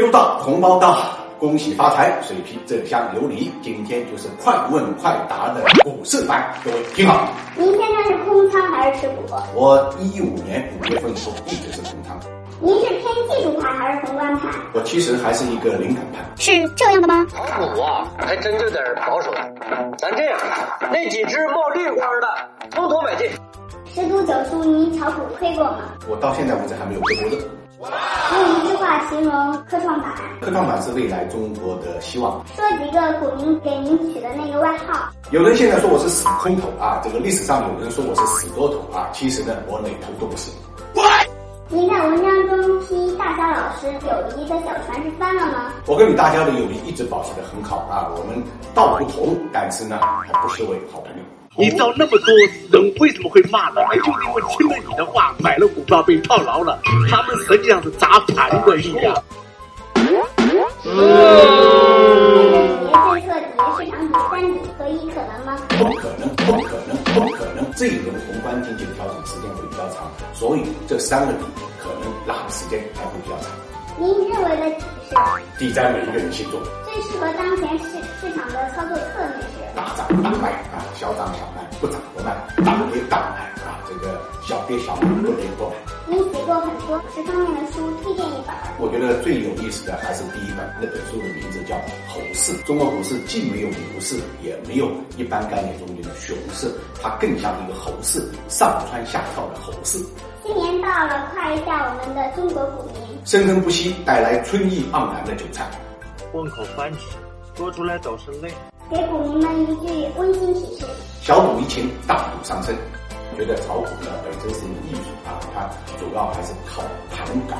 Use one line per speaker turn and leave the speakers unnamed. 又到红包到了，恭喜发财，水皮这香有礼。今天就是快问快答的股市版，各位听好。
您现在是空仓还是持股？
我一五年五月份时候一直是空仓，
您是偏技术派还是宏观派？
我其实还是一个灵感派。
是这样的吗？
看我啊还真有点保守。咱这样，那几只冒绿光的，通通买进。
十赌九输，您炒股亏过吗？
我到现在为止还没有亏过任。
用一句话形容科创板，
科创板是未来中国的希望。
说几个股民给您取的那个外号。
有人现在说我是死空头啊，这个历史上有人说我是死多头啊，其实呢，我哪头都不是。
您在文章中批大侠老师友谊的小船是翻了吗？
我跟你大家的友谊一直保持的很好啊，我们道不同，但是呢，不失为好朋友。
你知道那么多人为什么会骂呢？哎就因为听了你的话，买了股票被套牢了，他们实际上是砸盘的一样。
面对决策底、市场底、三底合一可能吗？
不可能，不可能，不可能！这一轮宏观经济的调整时间会比较长，所以这三个底可能拉的时间还会比较长。
您认为的底是
底在每一个人心中，
最适合当前市市场的操作策略是？
大涨大卖啊，小涨小卖，不涨不卖，大跌大买啊，这个小跌小买，多跌多买。
您写过很多股市方面的书，推荐一本儿。
我觉得最有意思的还是第一本，那本书的名字叫《猴市》。中国股市既没有牛市，也没有一般概念中间的熊市，它更像一个猴市，上蹿下跳的猴市。
新年到了，夸一下我们的中国股民。
生生不息，带来春意盎然的韭菜。
混口饭吃，说出来总是累。
给股民们一句温馨提示：
小赌怡情，大赌伤身。觉得炒股呢本身是一个艺术啊，它主要还是靠盘感